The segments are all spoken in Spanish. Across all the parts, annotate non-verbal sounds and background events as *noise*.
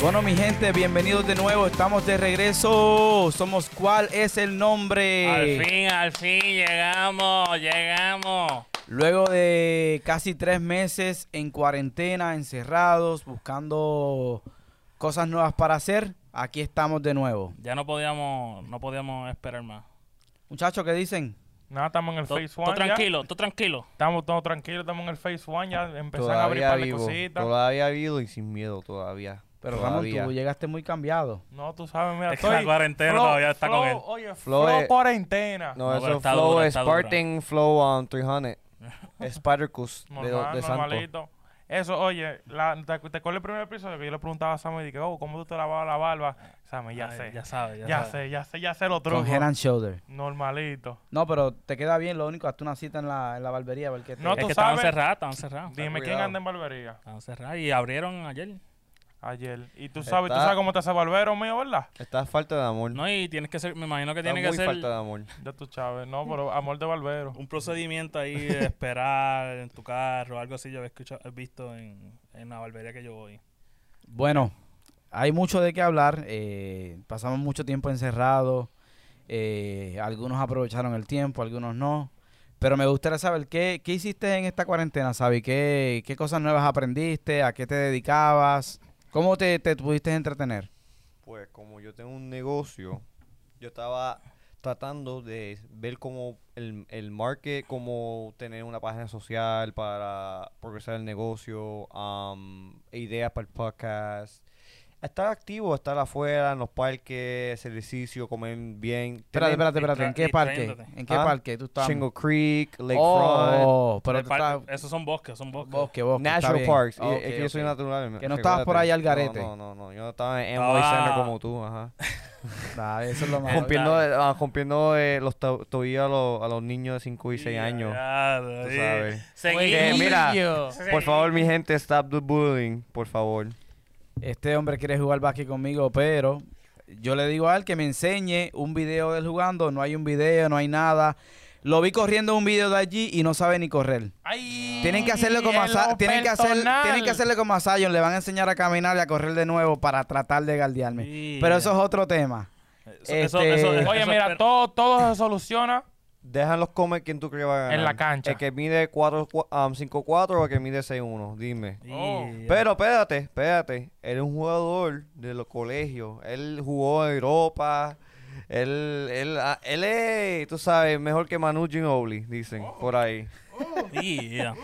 Bueno, mi gente, bienvenidos de nuevo. Estamos de regreso. Somos ¿Cuál es el nombre? Al fin, al fin, llegamos, llegamos. Luego de casi tres meses en cuarentena, encerrados, buscando cosas nuevas para hacer, aquí estamos de nuevo. Ya no podíamos, no podíamos esperar más. Muchachos, ¿qué dicen? Nada, estamos en el Tú Phase tú 1. tranquilo, tú tranquilo. Estamos todos tranquilos, estamos en el Phase 1. Ya empezaron a abrir Todavía para las vivo, cositas. todavía vivo y sin miedo todavía. Pero todavía. Ramón, tú llegaste muy cambiado. No, tú sabes, mira, Es que la estoy- cuarentena todavía está con él. Oye, Flow flow, es- cuarentena. No, No, eso pero es está flow dura, está dura. Spartan Flow on 300. *laughs* Spartacus de, Normal, de Santo. normalito. Eso, oye, la, ¿te, acu- te acuerdas el primer episodio que yo le preguntaba a Sammy, dije, oh, ¿cómo tú te lavabas la barba? Sammy, ya Ay, sé, ya, Ya sabes, ya, sabes. sé, ya sé, ya sé los Con trucos. Head and Shoulder. Normalito. No, pero te queda bien. Lo único, hazte una cita en la, en la barbería. Porque No, Es tú que estaban sabes. cerradas, estaban cerradas. Dime, ¿quién cuidado. anda en barbería? Estaban cerradas y abrieron ayer. Ayer. Y tú sabes, tú Está- sabes cómo te hace barbero mío, ¿verdad? Está falta de amor. No, y tienes que ser, me imagino que Está tiene que muy ser falta de amor. Ya tú sabes, *laughs* no, pero amor de barbero. un procedimiento ahí de esperar en tu carro, algo así yo había escuchado, he visto en, en la barbería que yo voy. Bueno, hay mucho de qué hablar. eh, pasamos mucho tiempo encerrados. eh, algunos aprovecharon el tiempo, algunos no. Pero me gustaría saber qué, qué hiciste en esta cuarentena, Sabi. ¿Qué, ¿Qué cosas nuevas aprendiste? ¿A qué te dedicabas? ¿Cómo te, te pudiste entretener? Pues como yo tengo un negocio, yo estaba tratando de ver cómo el, el market, cómo tener una página social para progresar el negocio, am, ideas para el podcast. Estar activo, estar afuera, en los parques, hacer ejercicio, comer bien. Espérate, tener espérate, espérate. ¿En qué parque? distrayéndote. ¿En qué Ah, parque tú estabas? Shingle Creek, Lakefront, Oh, pero El tú par- estabas... Esos son bosques, son bosques. Bosque, bosque. está National bien. Parks. Y- Oh, Ok, es que yo soy ok. natural. Que no estabas por recuérdate. ahí al garete. No, no, no, no, Yo no estaba en Emily Estaba- Center como tú, ajá. Ah, eso *laughs* es lo más... Rompiendo, ah, rompiendo eh, los to- tobillos a los, a los niños de 5 y 6 años. Ya, Tú sí. sabes. Seguí. Que, mira, por favor, mi gente, stop the bullying, por favor. Este hombre quiere jugar básquet conmigo, pero yo le digo a él que me enseñe un video de él jugando. No hay un video, no hay nada. Lo vi corriendo un video de allí y no sabe ni correr. Ay, Tienen que hacerle como a en Sa- lo tienen que hacer, personal. tienen que hacerle como a Zion, le van a enseñar a caminar y a correr de nuevo para tratar de galdearme. Sí. Pero eso es otro tema. Eso- eso- Este- eso- eso- Oye, eso- mira, pero- todo, todo se soluciona Deja los comes quien tú crees va a ganar. En la cancha. El que mide 5-4 o el que mide 6-1, dime. Oh. Y- Pero espérate, espérate. Él es un jugador de los colegios. Él jugó en Europa. Él, él, ah, él es, tú sabes, mejor que Manu Ginobili, dicen Oh. por ahí. Sí, *laughs* ya.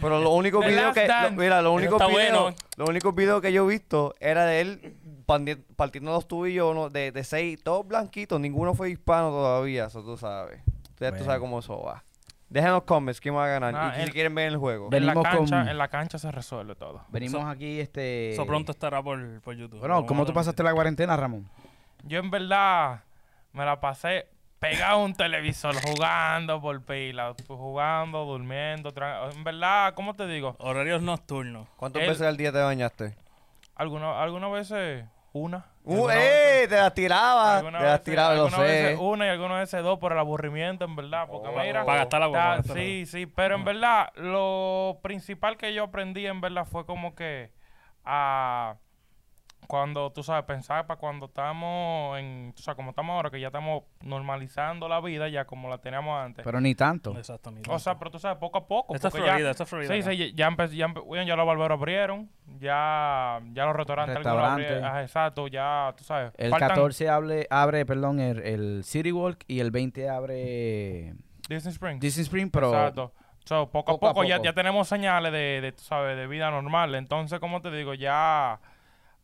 Pero lo único The video Last que, lo- Dance. mira, lo único está video, bueno. lo único video que yo he visto era de él pandi- partiendo los tubillos uno de, de seis, todos blanquitos. Ninguno fue hispano todavía, eso tú sabes. Ya Bueno. tú sabes cómo eso va. Déjanos comments, ¿quién va a ganar? Ah, y si él- quieren ver el juego. Ve- en la Venimos cancha, con- en la cancha se resuelve todo. Venimos So- aquí, este. Eso pronto estará por, por YouTube. Bueno, ¿cómo tú pasaste la cuarentena, Ramón? Yo en verdad me la pasé pegado a un televisor, jugando por pila, jugando, durmiendo. tra- En verdad, ¿cómo te digo? Horarios nocturnos. ¿Cuántas él- veces al día te bañaste? Alguna- algunas veces una. ¡Uh, algunas eh! Te las tiraba. Te Algunas las veces- tiraba, lo algunas veces sé. una y algunas veces dos por el aburrimiento, en verdad. Porque Oh. mira, Pa' gastar la está- guapa, gastar la Mm. Sí, sí, pero en verdad, lo principal que yo aprendí, en verdad, fue como que a. Cuando, tú sabes, pensar para cuando estamos en. O sea, como estamos ahora, que ya estamos normalizando la vida, ya como la teníamos antes. Pero ni tanto. Exacto, mi o sea, tonto. pero tú sabes, poco a poco. Esto es porque ya- Florida, esto es Florida. Sí, acá. sí, ya- ya, empe- ya, empe- bueno, ya los barberos abrieron, ya, ya los restaurantes, algunos Restaurantes. abrieron, ajá, exacto, ya, tú sabes. El faltan- 14 abre, abre perdón, el, el City Walk y el 20 abre Disney Springs. Disney Spring, pero Exacto. So, poco, Poco a a poco, Ya, poco. ya tenemos señales de, de, tú sabes, de vida normal. Entonces, como te digo, ya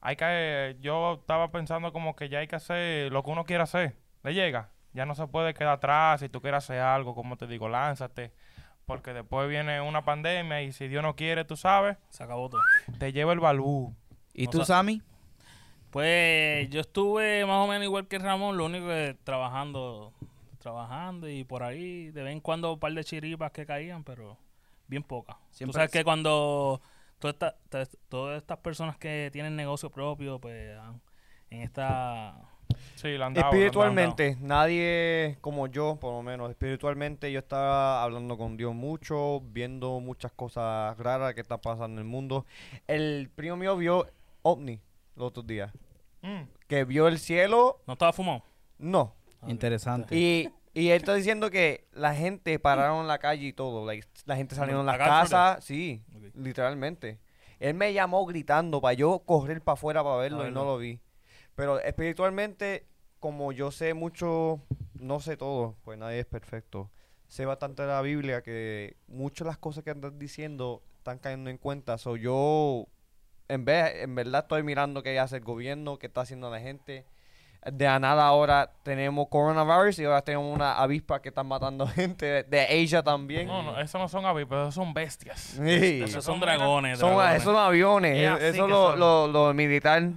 hay que... Yo estaba pensando como que ya hay que hacer lo que uno quiere hacer. Le llega. Ya no se puede quedar atrás. Si tú quieres hacer algo, como te digo, lánzate. Porque después viene una pandemia y si Dios no quiere, tú sabes, Se acabó todo. te lleva el balú. ¿Y O tú, sea- Sammy? Pues yo estuve más o menos igual que Ramón, lo único que trabajando, trabajando y por ahí de vez en cuando un par de chiripas que caían, pero bien pocas. Siempre- Tú sabes que cuando toda esta- todas todas estas personas que tienen negocio propio, pues han- en esta... Sí, la han dado, la han dado. Espiritualmente, nadie como yo, por lo menos, espiritualmente yo estaba hablando con Dios mucho, viendo muchas cosas raras que están pasando en el mundo. El primo mío vio ovni. los otros días. Mm. Que vio el cielo, ¿No estaba fumado? no. Interesante. *laughs* Y, y él está diciendo que la gente pararon la calle y todo. like, la gente salió en las ¿A Garfield? casas, sí, Ok. literalmente. Él me llamó gritando para yo correr para afuera para verlo y no verlo. lo vi. Pero espiritualmente, como yo sé mucho, no sé todo, pues nadie es perfecto. Sé bastante de la Biblia que muchas de las cosas que andan diciendo están cayendo en cuenta. So yo, en, vez, en verdad, estoy mirando qué hace el gobierno, qué está haciendo la gente de la nada ahora tenemos coronavirus y ahora tenemos una avispa que están matando *laughs* gente de, de Asia también. No, no, esos no son avispas, esos son bestias. Sí. Esos Son son dragones. Son, dragones. esos aviones, Es así eso que lo, son. lo, lo militar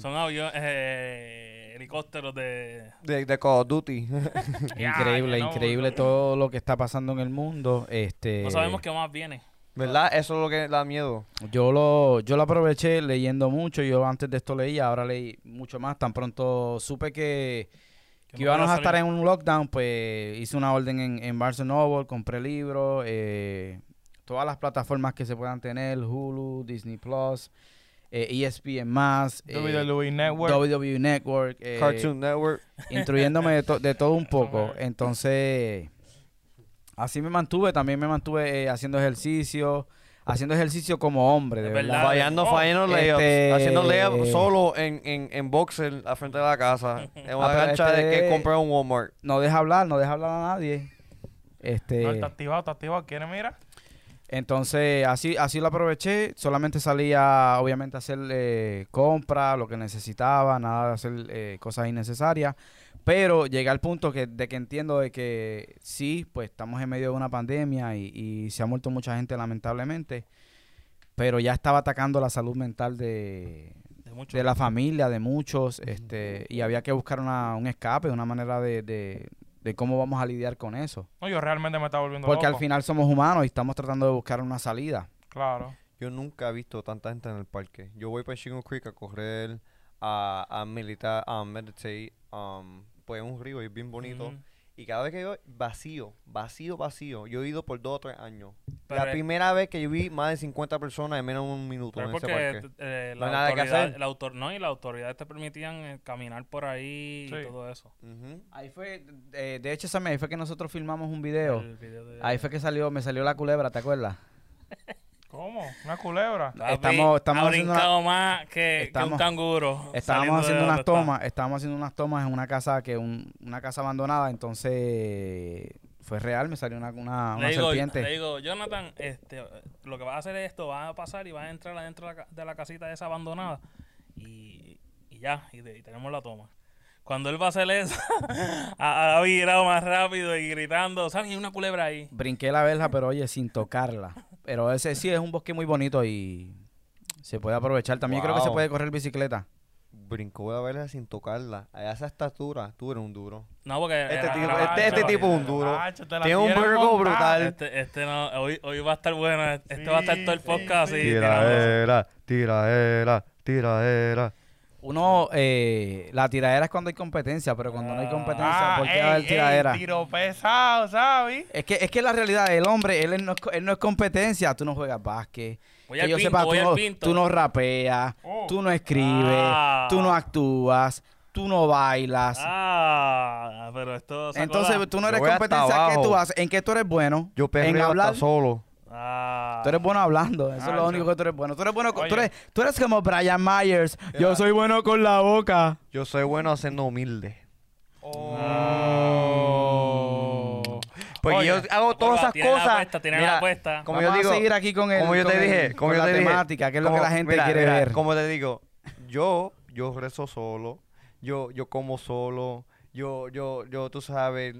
Son aviones, eh, helicópteros de... de, de Call of Duty. *laughs* Increíble, Ya, no, increíble no. todo lo que está pasando en el mundo. Este, No sabemos qué más viene. ¿Verdad? Eso es lo que da miedo. Yo lo, yo lo aproveché leyendo mucho. Yo antes de esto leía, ahora leí mucho más. Tan pronto supe que, que no íbamos podía a estar salir. en un lockdown, pues hice una orden en, en Barnes Noble, compré libros, eh, todas las plataformas que se puedan tener, Hulu, Disney Plus, eh, ESPN más, eh, E. WWE E Network. WWE Network, eh, Cartoon Network. instruyéndome de, to- de todo un poco. Entonces, así me mantuve, también me mantuve eh, haciendo ejercicio, haciendo ejercicio como hombre, de Es verdad. verdad. Fallando, oh, fallando layups. este- Haciendo layups solo en, en, en boxer al frente de *laughs* la casa. En una Ah, pero cancha de este- que compré un Walmart. No deja hablar, no deja hablar a nadie. No, Este, está activado, está activado. ¿Quiere, mira? entonces así así lo aproveché, solamente salía obviamente a hacer eh, compras, lo que necesitaba, nada de hacer eh, cosas innecesarias, pero llegué al punto que, de que entiendo de que sí, pues estamos en medio de una pandemia y, y se ha muerto mucha gente lamentablemente, pero ya estaba atacando la salud mental de, De mucho. de la familia, de muchos, este, y había que buscar una, un escape, una manera de, de, de cómo vamos a lidiar con eso. No, yo realmente me estaba volviendo Porque al loco. final somos humanos y estamos tratando de buscar una salida. Claro. Yo nunca he visto tanta gente en el parque. Yo voy para Shingle Creek a correr, a, a militar, a meditate. um, pues es un río y es bien bonito. Ujú. Y cada vez que yo, vacío, vacío, vacío. Yo he ido por dos o tres años. Pero es- la primera vez que yo vi más de 50 personas en menos de un minuto Pero en es ese porque parque. eh, No hay la, nada que autoridad, hacer. la autor, no, y las autoridades te permitían eh, caminar por ahí Sí. y todo eso. Ujú. Ahí fue, eh, de hecho, Sammy, ahí fue que nosotros filmamos un video. El video de- Ahí fue que salió, me salió la culebra, ¿te acuerdas? ¿Cómo? ¿Una culebra? Papi, Estamos- estamos ha haciendo brincado más que, que un Estamos- canguro. Estábamos haciendo saliendo de unas donde está. tomas, estábamos haciendo unas tomas en una casa que un- una casa abandonada, entonces fue real, me salió una, una, Le una digo, serpiente. le digo, Jonathan, este, lo que vas a hacer es esto, vas a pasar y vas a entrar adentro de la, ca- de la casita esa abandonada y, y ya, y, de- y tenemos la toma. Cuando él va a hacer eso, *laughs* ha, ha virado más rápido y gritando, ¿saben? Hay una culebra ahí. Brinqué la verja, pero oye, sin tocarla. Pero ese sí es un bosque muy bonito y se puede aprovechar. También creo que se Wow. puede correr bicicleta. Brincó la verja sin tocarla. A esa estatura, tú eres un duro. No, porque... Este era- tipo- era- este- este era- tipo es un duro. Tiene un burgo vergo brutal. Este, este no, hoy, hoy va a estar bueno, este va a estar todo el sí, podcast sí. así. tirando. Tiraera, tiraera, tiraera. Uno, eh, la tiradera es cuando hay competencia, pero cuando no hay competencia, Ah, ¿por qué ey, va a haber ey, tiradera? tiro pesado, ¿sabes? Es que, es que la realidad, el hombre, él, no es, co- él no es competencia. Tú no juegas básquet. Voy que al yo pinto, sepa, voy al tú, no, pinto. tú no rapeas, Oh. tú no escribes, Ah. tú no actúas, tú no bailas. Ah, pero esto... sacó Entonces, la- tú no Yo eres voy hasta competencia. ¿Qué tú abajo. haces? ¿En qué tú eres bueno? Yo en perreo hasta hablar. solo. Ah. Tú eres bueno hablando, eso es Ah, lo único yo- que tú eres bueno. Tú eres bueno, con- tú Oye. eres, tú eres como Brian Myers. Yo soy bueno con la boca. Yo soy bueno haciendo humilde. Ah. Oh. Porque Oye, Pues yo hago todas esas tiene la cosas. apuesta, tiene la apuesta. Como Vamos yo a digo, seguir aquí con el- como yo con te el- dije, como con yo la te dije, temática, que es lo que como- la gente mira, quiere mira, ver. Como te digo, yo yo rezo solo, yo yo como solo, yo yo yo tú sabes,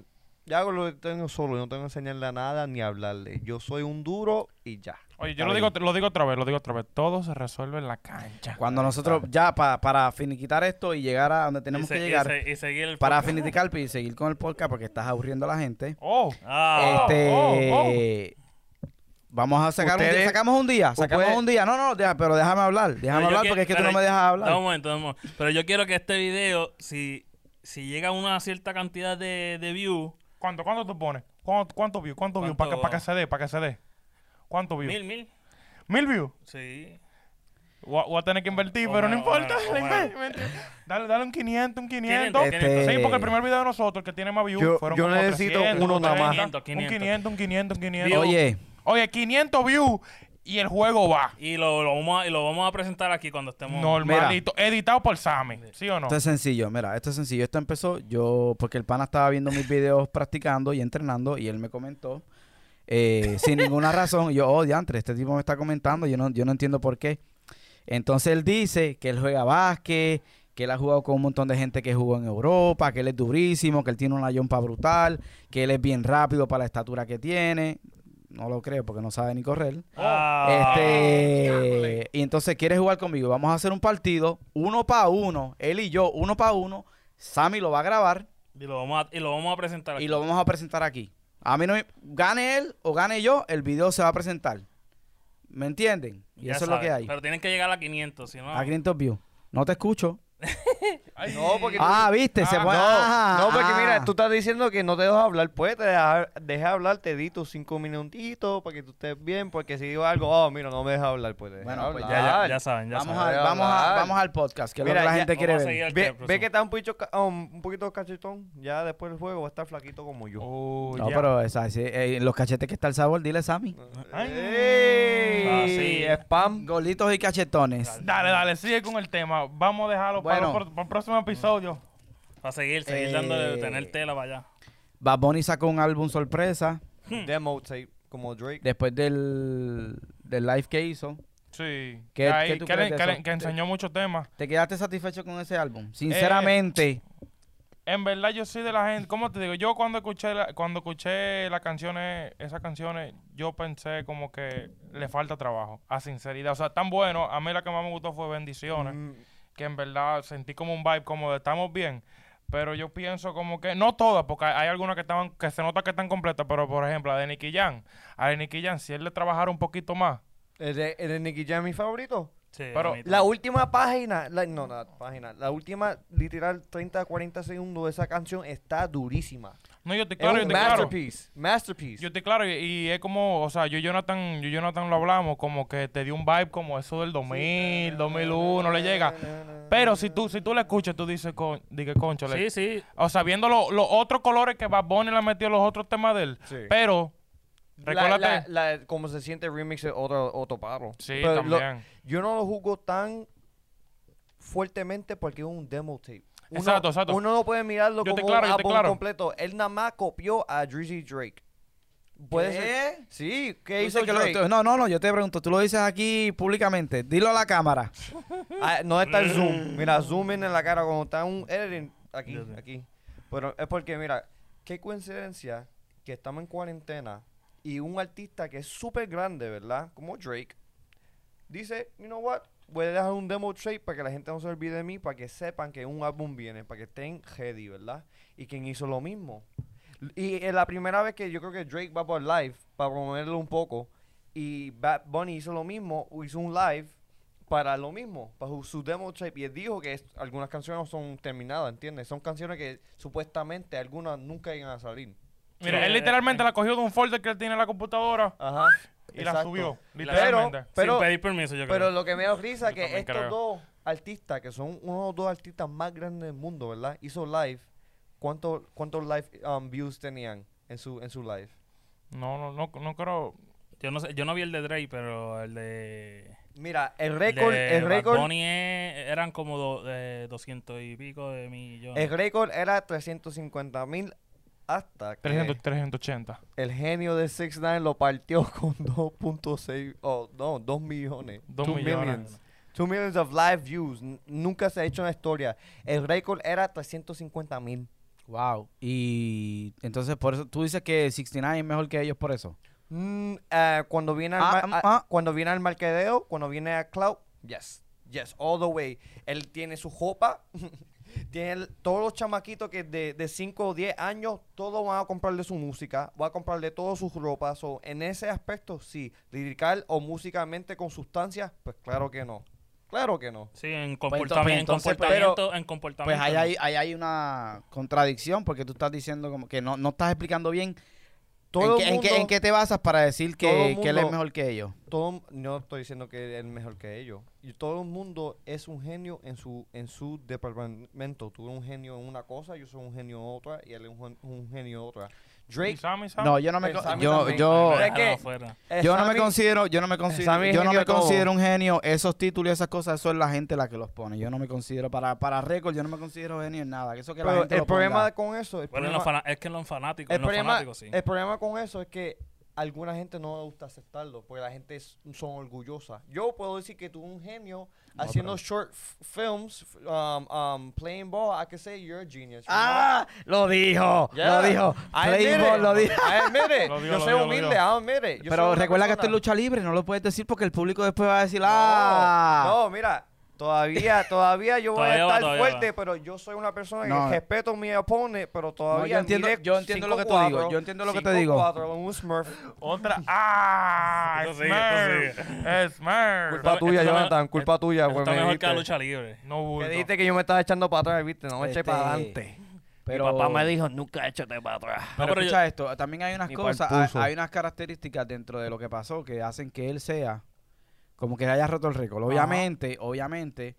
yo hago lo que tengo solo, yo no tengo que enseñarle a nada ni hablarle. Yo soy un duro y ya. Oye, yo Está lo digo, bien. lo digo otra vez, lo digo otra vez. Todo se resuelve en la cancha. Cuando nosotros, ya pa- para finiquitar esto y llegar a donde Y tenemos se- que y llegar, se- y seguir el para podcast. finiquitar pues, y seguir con el podcast porque estás aburriendo a la gente. Oh, Ah. Este, oh, vamos a sacar un día, Ustedes- sacamos un día, sacamos ustedes- un día. No, no, deja- pero déjame hablar, Pero déjame yo hablar quiero- porque es que tú pero- no me dejas hablar. Dame un momento, dame un momento. Pero yo quiero que este video, si, si llega a una cierta cantidad de, de views, ¿Cuánto, cuánto tú pones? ¿Cuánto, cuánto view? ¿Cuánto, view? Para que, ¿Cuánto? pa' que se dé, para que se dé. ¿Cuánto view? Oh, mil, mil. ¿Mil view? Sí. Voy a- voy a tener que invertir, Bueno, pero no bueno, importa. bueno. la inver- Dale, dale un 500, un 500. Este- Sí, porque el primer video de nosotros, el que tiene más views, Yo- fueron yo como necesito 300, uno nada más. 500, 500. Un 500, un 500, un 500. Oye, Oye, oye, 500 views y el juego va. Y lo, lo vamos a, y lo vamos a presentar aquí cuando estemos. Normalito. Editado por Sammy, ¿sí o no? esto es sencillo, mira, esto es sencillo. Esto empezó yo, porque el pana estaba viendo mis videos practicando y entrenando y él me comentó *laughs* eh, sin ninguna razón. Y yo, oh, diantre, este tipo me está comentando, yo no, yo no entiendo por qué. Entonces él dice que él juega básquet, que él ha jugado con un montón de gente que jugó en Europa, que él es durísimo, que él tiene una yompa brutal, que él es bien rápido para la estatura que tiene. No lo creo porque no sabe ni correr. Ah, Este, y entonces quiere jugar conmigo. Vamos a hacer un partido, uno para uno, él y yo, uno para uno. Sammy lo va a grabar y, lo vamos a, y lo vamos a presentar aquí. y lo vamos a presentar aquí. A mí no me- gane él o gane yo, el video se va a presentar. ¿Me entienden? Y Ya eso es lo sabes. que hay. Pero tienen que llegar a 500, si no. A 500 views. No te escucho. Ay, No, porque- Ah, viste, se Ah, fue- No, ah, no, porque ah. mira, tú estás diciendo que no te dejas hablar. Puedes te dejar, deja hablar, te di tus cinco minutitos para que tú estés bien. Porque si digo algo, oh, mira, no me dejas hablar, pues. te deja Bueno, pues Ya, hablar. ya, ya saben, ya Vamos, saben. al- sabe vamos, a- hablar. vamos al podcast, que es Mira, lo que la ya- gente quiere vamos a ver. seguir al Ve, tema, ve que profesor. está un poquito, ca- um, un poquito cachetón. Ya después del juego va a estar flaquito como yo. Oh, No, ya. pero esa- sí, eh, los cachetes que está el sabor, dile Sammy. Ay. ¡Ey! Ah, sí. ¡Spam! Golitos y cachetones. Dale, dale, sigue con el tema. Vamos a dejarlo para, Bueno. los pro- para el próximo episodio. Para seguir, seguir Eh, dándole, tener tela para allá. Bad Bunny sacó un álbum sorpresa Demo tape, como Drake. después del, del live que hizo. Sí. ¿Qué- que, ahí- qué tú que crees le- de que le- eso? que enseñó muchos temas. ¿Te quedaste satisfecho con ese Eh, álbum? Sinceramente, En verdad yo soy de la gente, ¿cómo te digo? Yo cuando escuché la- cuando escuché las canciones, esas canciones, yo pensé como que le falta trabajo, a sinceridad. O sea, tan bueno, a mí la que más me gustó fue Bendiciones, Mm. que en verdad sentí como un vibe como de estamos bien, pero yo pienso como que no todas, porque hay hay algunas que estaban que se nota que están completas, pero por ejemplo, la de Nicky Jam, a la de Nicky Jam si él le trabajara un poquito más. ¿El de, el de Nicky Jam mi favorito? Sí, Pero bonito. La última página, la- no, la página, la última, literal, 30 a 40 segundos de esa canción está durísima. No, yo te claro, es yo un te claro. masterpiece, masterpiece. Yo estoy claro, y, y es como, o sea, yo y Jonathan, yo y Jonathan lo hablamos, como que te dio un vibe como eso del 2000, 2001, le llega. Pero si tú, si tú le escuchas, tú dices, con, dije, concho, Sí, sí. o sea, viendo lo- los otros colores que Bad Bunny le metió a los otros temas de él, Sí. pero, la, recuérdate, la, la- como se siente el remix es otro, otro paro. sí, Pero lo- también. yo no lo juzgo tan fuertemente porque es un demo tape. Uno, Exacto, exacto. Uno no puede mirarlo Yo te como claro, un yo te álbum claro. completo. Él nada más copió a Drizzy Drake. Puede ¿Qué? ser. Sí, ¿qué Tú hizo dices que lo- Drake? tú- no, no, no, yo te pregunto, tú lo dices aquí públicamente, dilo a la cámara. Ah, no está el zoom. Mira, zoom in en la cara cuando está un editing. Aquí, aquí. Pero es porque, mira, qué coincidencia que estamos en cuarentena y un artista que es súper grande, ¿verdad? Como Drake, dice, you know what, voy a dejar un demo tape para que la gente no se olvide de mí, para que sepan que un álbum viene, para que estén ready, ¿verdad? Y quien hizo lo mismo. Y es la primera vez que yo creo que Drake va por live, para promoverlo un poco, y Bad Bunny hizo lo mismo, hizo un live para lo mismo, para su, su demo tape. Y él dijo que es- algunas canciones no son terminadas, ¿entiendes? Son canciones que supuestamente algunas nunca iban a salir. Mira, Sí, él eh, literalmente eh. la cogió de un folder que él tiene en la computadora Ajá. y la exacto. subió, la- literalmente. pero- Sin pedir permiso, yo creo. Pero lo que me da risa Yo es que también estos creo. dos artistas, que son uno de los dos artistas más grandes del mundo, ¿verdad? Hizo live. ¿Cuántos cuántos live um, views tenían en su, en su live? No, no, no, no creo, Yo no sé, yo no vi el de Drake, pero el de. Mira, el récord, de el Bad récord, Bunny es- eran como do- de 200 y pico de millones. el récord era 350 mil hasta que 300, 380. el genio de 6 9 lo partió *laughs* con 2.6, oh, no, 2 millones. Dos 2 millones. millions. 2 millions of live views. N- nunca se ha hecho en la historia. El récord era 350 mil. Wow. Y entonces por eso tú dices que 69 es mejor que ellos por eso. Mm, eh, cuando viene al Ah, mar- mm, a- ah. cuando viene al mercadeo, cuando viene a Cloud, yes, yes, all the way. Él tiene su jopa, *laughs* tiene el- todos los chamaquitos que de, de 5 o 10 años, todos van a comprarle su música, van a comprarle todas sus ropas. So, en ese aspecto, sí, lirical o musicalmente con sustancias, pues claro que no. Claro que no. Sí, en pues, comportamiento, entonces, en pues, comportamiento, en comportamiento. Pues ahí no. hay, ahí hay una contradicción porque tú estás diciendo como que no, no estás explicando bien Todo en, qué, el en qué- mundo- en qué te basas para decir todo que, el que él es mundo- mejor que ellos. todo, no estoy diciendo que es mejor que ellos. y todo el mundo es un genio en su en su departamento. Tú eres un genio en una cosa, yo soy un genio en otra y él es un, gen- un genio en otra. ¿Y Drake, Sammy, Sammy? No, yo no me El con- Sammy yo, también. yo, Pero es Déjalo que- afuera. eh, yo no me Sammy- considero, yo no me Sammy considero, es yo no genio me de todo. considero un genio. Esos títulos y esas cosas, eso es la gente la que los pone. Yo no me considero para para récord, yo no me considero genio en nada. Eso que la pero gente el lo ponga. problema con eso, el Bueno, en problema- los fana- es que en los fanáticos, El en los problema, fanáticos sí. el problema con eso es que alguna gente no le gusta aceptarlo, porque la gente es- son orgullosas. Yo puedo decir que tú un genio haciendo short f- films, f- um, um, playing ball, I can say you're a genius. you Ah, lo dijo, know? Yeah. lo dijo. I Play admit ball it. lo dijo. I admit it. Lo digo, Ah, Yo lo soy digo, lo humilde, digo. I admit it. Yo soy Pero una recuerda que esto es persona- lucha libre, no lo puedes decir porque el público después va a decir, No, ah. No, mira, *laughs* todavía, todavía yo voy a Todavía va, estar todavía fuerte, va. pero yo soy una persona No. que respeto a mi oponente, pero No, todavía yo entiendo- mide yo entiendo lo que te digo, 5'4", yo entiendo lo que te digo. 5'4", un Smurf. *laughs* Otra. ¡Ah! Tú sigue, tú Smurf. Culpa- Smurf. Esto tuya, me- Jonathan, culpa tuya, Está mejor que la lucha libre. No Me bulto. dijiste que yo me estaba echando para atrás, viste, no me eché Este, para adelante. Pero dijo, nunca échate para atrás. Pero No, pero yo- escucha esto, también hay unas Ni pa'l cosas, hay, pulso. hay unas características dentro de lo que pasó que hacen que él sea como que haya roto el récord. Obviamente, obviamente,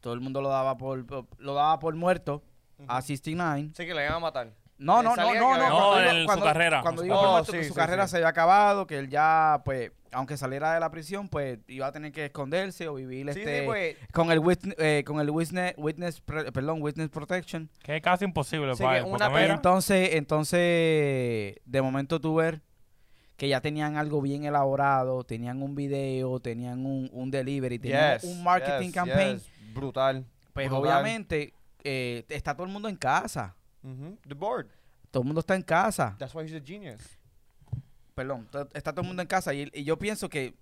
todo el mundo lo daba por lo daba por muerto a 69. Sí que le iban a matar. No, no, Le no, salía no, que no. ganaba. cuando No, digo- en su cuando- carrera. Cuando Oh, digo por muerto, sí, que su sí, carrera sí. se había acabado, que él ya, pues, aunque saliera de la prisión, pues, iba a tener que esconderse o vivir Sí, este sí, pues. con el witness, eh, con el witness, witness pre- perdón, witness protection. Que es casi imposible, Sí, para que él, una porque Y Era. mira, entonces, entonces, de momento tú ver que ya tenían algo bien elaborado, tenían un video, tenían un, un delivery, tenían Yes, un marketing yes, campaign, yes, Brutal. pues brutal. obviamente eh, está todo el mundo en casa. Mhm, The board. Todo el mundo está en casa. That's why he's a genius. Perdón, to- está todo el mundo en casa. Y, y yo pienso que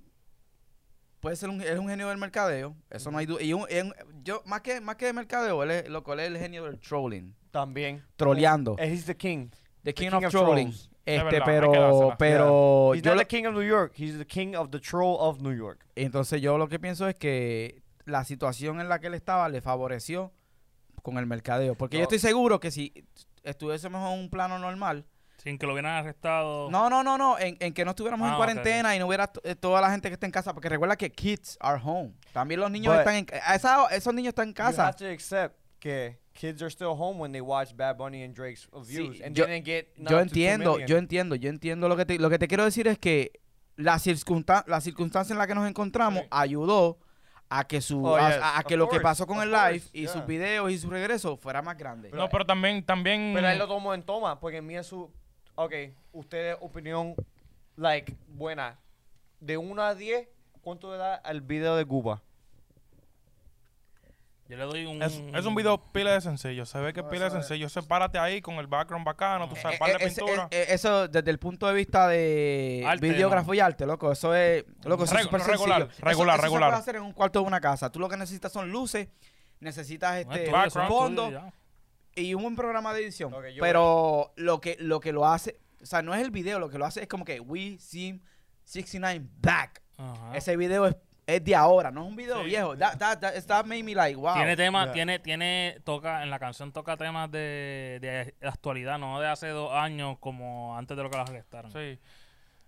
puede ser un, es un genio del mercadeo. Eso no hay duda. Y un- es un- yo, más que, más que de mercadeo, él es, loco, él es el genio del trolling. También. Troleando. Eh, he's the king. The King, king of, of Trolling. Trolls. Este, verdad, hay que pero, dársela. pero He's Oh, yo not lo- the king of New York. He's the king of the troll of New York. Entonces yo lo que pienso es que la situación en la que él estaba le favoreció con el mercadeo. Porque No. yo estoy seguro que si estuviésemos en un plano normal. Sin que lo hubieran arrestado. No, no, no, no. En, en que no estuviéramos Ah, en ok, cuarentena y no hubiera t- eh, toda la gente que está en casa. Porque recuerda que kids are home. También los niños But- están en a esa- Esos niños están en You casa. have to accept que kids are still home when they watch Bad Bunny and Drake's views and yo- didn't get Yo not up to two entiendo, million. yo entiendo, yo entiendo lo que te, lo que te quiero decir es que la, circunsta- la circunstancia en la que nos encontramos Sí. ayudó a que su Oh, a, yes, a- a que of lo que course, pasó con of el course, live y yeah. sus videos y su regreso fuera más grande. Eh, No, pero también, también. Pero él lo tomó en toma, porque en mí es su. Ok, ustedes, opinión, like, buena. De 1 a 10, ¿cuánto le da al video de Cuba? Yo le doy un. Es, es un video pila de sencillo. Se ve que No, pila de eso es- sencillo. Sepárate ahí con el background bacano, tú Eh, sabes, eh, par de ese- pintura. eh, eh, eso desde el punto de vista de Arte, videógrafo y arte, loco, eso es loco, eso es Regu- súper no, sencillo. regular, Eso- regular, eso se regular. puede hacer en un cuarto de una casa. Tú lo que necesitas son luces, necesitas un este estudio, es un estudio, fondo, ya. y un buen programa de edición. Ok, yo pero lo que lo que lo hace, o sea, no es el video, lo que lo hace es como que we seem 69 back. Ajá. Ese video es, es de ahora, no es un video Sí. viejo. That, that, that, that made me like, wow. Tiene temas, Ya. tiene, tiene, toca, en la canción toca temas de, de actualidad, no de hace dos años como antes de lo que las arrestaron. eh,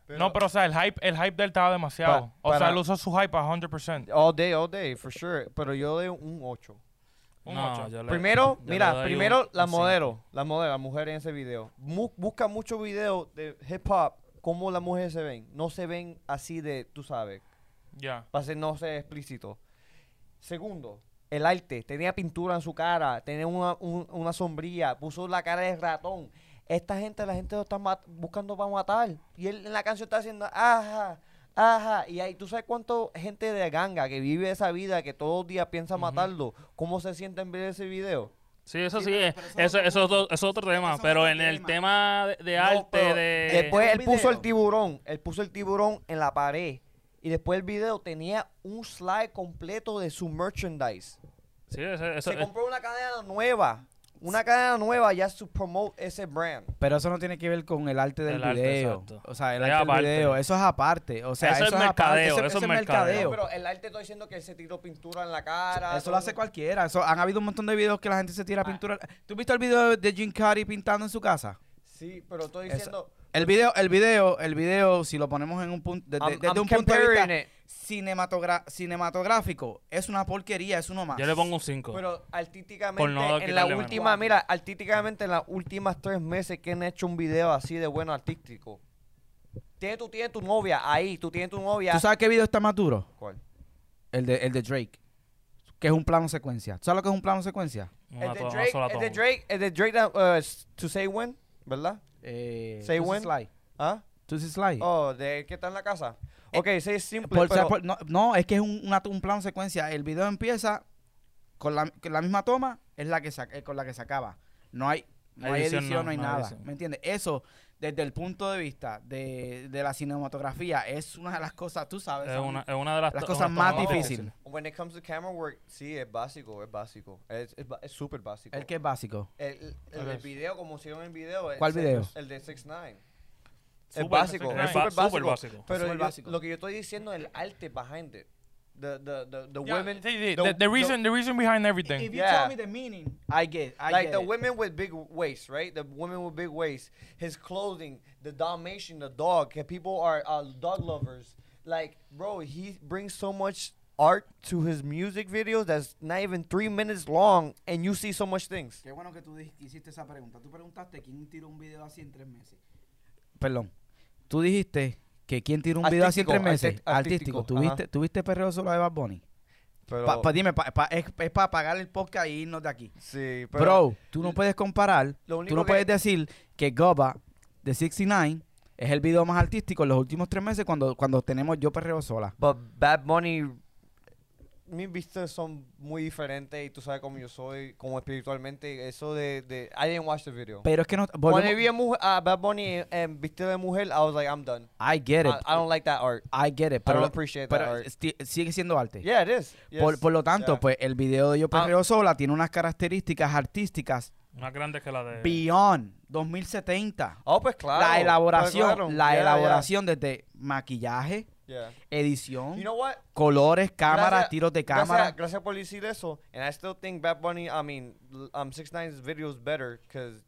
Sí. no, pero o sea, el hype, el hype de él estaba demasiado. Pa- o sea, para- él usó su hype a 100%. All day, all day, for sure. Pero yo le doy un 8. Un No, ocho. yo le- Primero, yo le mira, doy primero un- la un cinco. modelo, la modelo, la mujer en ese video. Mu- busca muchos videos de hip hop, cómo las mujeres se ven. No se ven así de, tú sabes, Ya. para ser no ser explícito. Segundo, el arte. Tenía pintura en su cara, tenía una, un- una sombría, puso la cara de ratón. Esta gente, la gente lo está mat- buscando para matar. Y él en la canción está haciendo, ajá, ajá. Y ahí, ¿tú sabes cuánto gente de ganga que vive esa vida, que todos los días piensa matarlo? ¿Cómo se siente en ver ese video? Sí, eso Sí, sí, pero- es- pero eso eso, es eso es otro- otro, es otro tema, eso es pero otro en el tema. tema de, de No, arte, pero de... Después ¿Era él un puso el video? tiburón, él puso el tiburón en la pared. Y después el video tenía un slide completo de su merchandise. sí, eso- eso- eh, se compró una cadena nueva. Una cadena nueva ya to promote ese brand. Pero eso no tiene que ver con el arte del El arte, video. exacto. o sea, el Es arte del aparte. video. Eso es aparte. O sea, Eso eso, es aparte, mercadeo, Eso, eso es es mercadeo. mercadeo. pero el arte está diciendo que él se tiró pintura en la cara. Eso lo hace cualquiera. Eso, han habido un montón de videos que la Ah. gente se tira pintura. ¿Tú viste el video de Jim Carrey pintando en su casa? Sí, pero estoy Eso- diciendo. Eso, El video, el video, el video, si lo ponemos en un punto, desde, I'm- desde I'm un punto de vista comparing it. cinematogra- cinematográfico, es una porquería, es uno más. Yo le pongo un 5. Pero Por artísticamente, no en la quitarle mano. última, mira, artísticamente en las últimas tres meses que han hecho un video así de bueno artístico. Tienes, tú tienes tu novia ahí, tú tienes tu novia. ¿Tú sabes qué video está más duro? ¿Cuál? El de, el de Drake, que es un plano secuencia. ¿Tú sabes lo que es un plano secuencia? El una, de to- una Drake, sola el de toma. Drake, el de Drake, that, uh, s- to say when, ¿verdad? Eh, Say Tusi when. Sly. ¿Ah? Tusi Sly. Oh, de que está en la casa. Ok, sí, es simple. Eh, Por- o sea, pero- por- no, no, es que es un, una- un plano secuencia. El video empieza con la, con la misma toma, es la que se- eh, con la que se acaba. No hay, no hay edición, no, hay nada. edición. ¿Me entiendes? Eso, desde el punto de vista de, de la cinematografía, es una de las cosas, tú sabes, Es son- una, es una de las, las to- cosas unas más tomas difíciles. When it comes to camera work, sí, es básico, es básico. Es es ba- es súper básico. el que es básico. El, el, el video, como hicieron el video. el ¿Cuál se- video? El de 6 9 Es Súper básico, básico. es Es súper ba- básico. súper básico. Pero Súper yo- básico. lo que yo estoy diciendo es el arte behind it. The, the, the, the Yeah, women. sí, sí, the, the reason, the reason behind everything. you tell Yeah. me the meaning, I get, I like get the it. women with big waist, right? The women with big waist, his clothing, the Dalmatian, the dog. que People are uh, dog lovers. Like, bro, he brings so much art to his music videos that's not even three minutes long, and you see so much things. Qué bueno que tú di- hiciste esa pregunta. Tú preguntaste quién tiró un video así en tres meses. Perdón. Tú dijiste que quién tiró un video así en tres Artístico, meses. arti- Artístico. artístico, ¿Tuviste, ajá. ¿Tuviste perreo solo de Bad Bunny? Pero, Pa- pa- dime, pa- pa- es, para apagar el podcast y irnos de aquí. sí, pero, Bro, tú no puedes comparar. Lo Tú único no que- puedes decir que Goba de 69 es el video más artístico en los últimos tres meses cuando, cuando tenemos Yo Perreo Sola. But Bad Bunny, mis vistas son muy diferentes y tú sabes cómo yo soy, como espiritualmente. Eso de, de I didn't watch the video. Pero es que no. Cuando volvemos- vi a, mujer, a Bad Bunny en, en vestido de mujer, I was like, I'm done. I get it. I, I don't like that art. I get it. I Pero, don't appreciate that pero art. esti- sigue siendo arte. Yeah, it is. Por, Yes. por lo tanto, Yeah. Ah. pues el video de Yo Perreo Sola tiene unas características artísticas Más grandes que la Eh. de. beyond 2070. Oh, pues claro. la pues elaboración, claro. la Yeah, elaboración desde maquillaje, yeah, edición, yeah. You know what? colores, cámara, Gracias- tiros de gracias- cámara. Gracias, por decir eso. And I still think Bad Bunny, I mean, l- um, 6 9's video is better because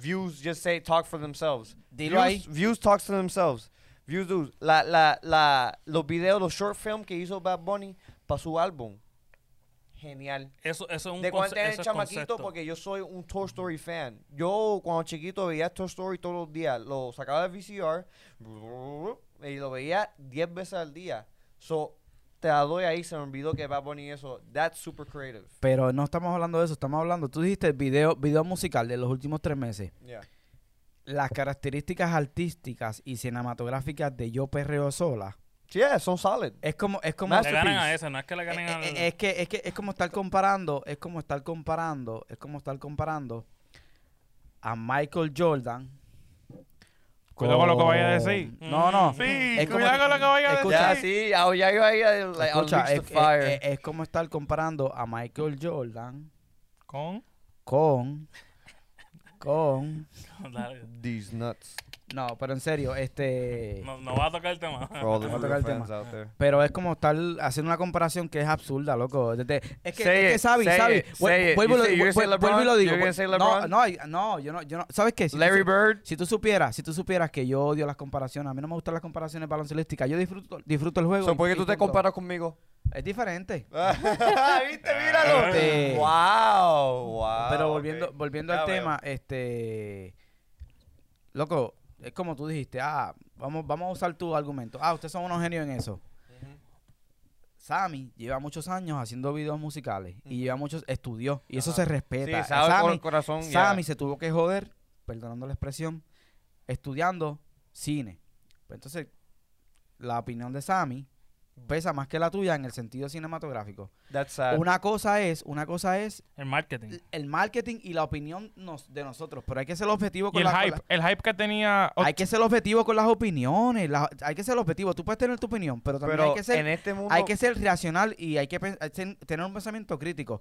views just say talk for themselves. Dilo views, views talks to themselves. Views do. La, la, la, los videos, los short film que hizo Bad Bunny para su álbum. Genial. Eso, eso es un De cuando conce- era eso es chamaquito, concepto. porque yo soy un Toy Story fan. Yo, cuando chiquito, veía Toy Story todos los días. Lo sacaba del VCR y lo veía 10 veces al día. So, te la doy ahí, se me olvidó que va a poner eso. That's super creative. Pero no estamos hablando de eso, estamos hablando, tú dijiste video, video musical de los últimos tres meses. Yeah. Las características artísticas y cinematográficas de Yo Perreo Sola Yeah, son solid. es como, es como, Le ganan a ese, no es que le ganen Eh, al. eh, eh, es que es que es como estar comparando, es como estar comparando, es como estar comparando a Michael Jordan. Cuidado con lo que vaya a decir. Mm. No, no. Sí, Es como- cuidado con lo que vaya a decir. escucha, Ya, sí, ah, ya iba ahí, ah, like, I'll Escucha, eh, reach es, the fire. es- es- es como estar comparando a Michael Jordan Con con con *laughs* Dale. These nuts. no, pero en serio, este No, no va a Ah, tocar el tema. For all the Vamos a Luda tocar el fans out there. Pero es como estar haciendo una comparación que es absurda, loco. Desde- es que, Say es it, que Sabi, say Sabi. it, vu- say it. Vuelvo y You lo- say- you're gonna say vu- vuelvo y lo LeBron? digo. You're gonna say No, LeBron? no, I- no, yo no, yo no. ¿Sabes qué? Si tú Larry su- Bird. Si tú supieras, si tú supieras que yo odio las comparaciones, a mí no me gustan las comparaciones baloncelísticas. Yo disfruto, disfruto el juego. So, y- ¿Por qué y tú te punto. comparas conmigo? Es diferente. Ah, *laughs* ¿Viste? Míralo. Este- Wow, wow. Pero volviendo, Ah, ok. volviendo Ya al veo. tema, este, loco, es como tú dijiste, ah, vamos, vamos a usar tu argumento. Ah, ustedes son unos genios en eso. Sammy lleva muchos años haciendo videos musicales y lleva muchos estudios y eso Ajá. se respeta. Sí, sabe con Sammy, el corazón. ya. Sammy se tuvo que joder, perdonando la expresión, estudiando cine. Pues entonces, la opinión de Sammy pesa más que la tuya en el sentido cinematográfico. That's sad. Una cosa es, una cosa es *laughs* El marketing. el marketing y la opinión nos- de nosotros, pero hay que ser objetivo y con el la- con hype, la- el hype que tenía. hay que ser objetivo con las opiniones, la- hay que ser objetivo. Tú puedes tener tu opinión, pero también Pero hay que ser en este mundo. hay que ser racional y hay que pen- hay que tener un pensamiento crítico.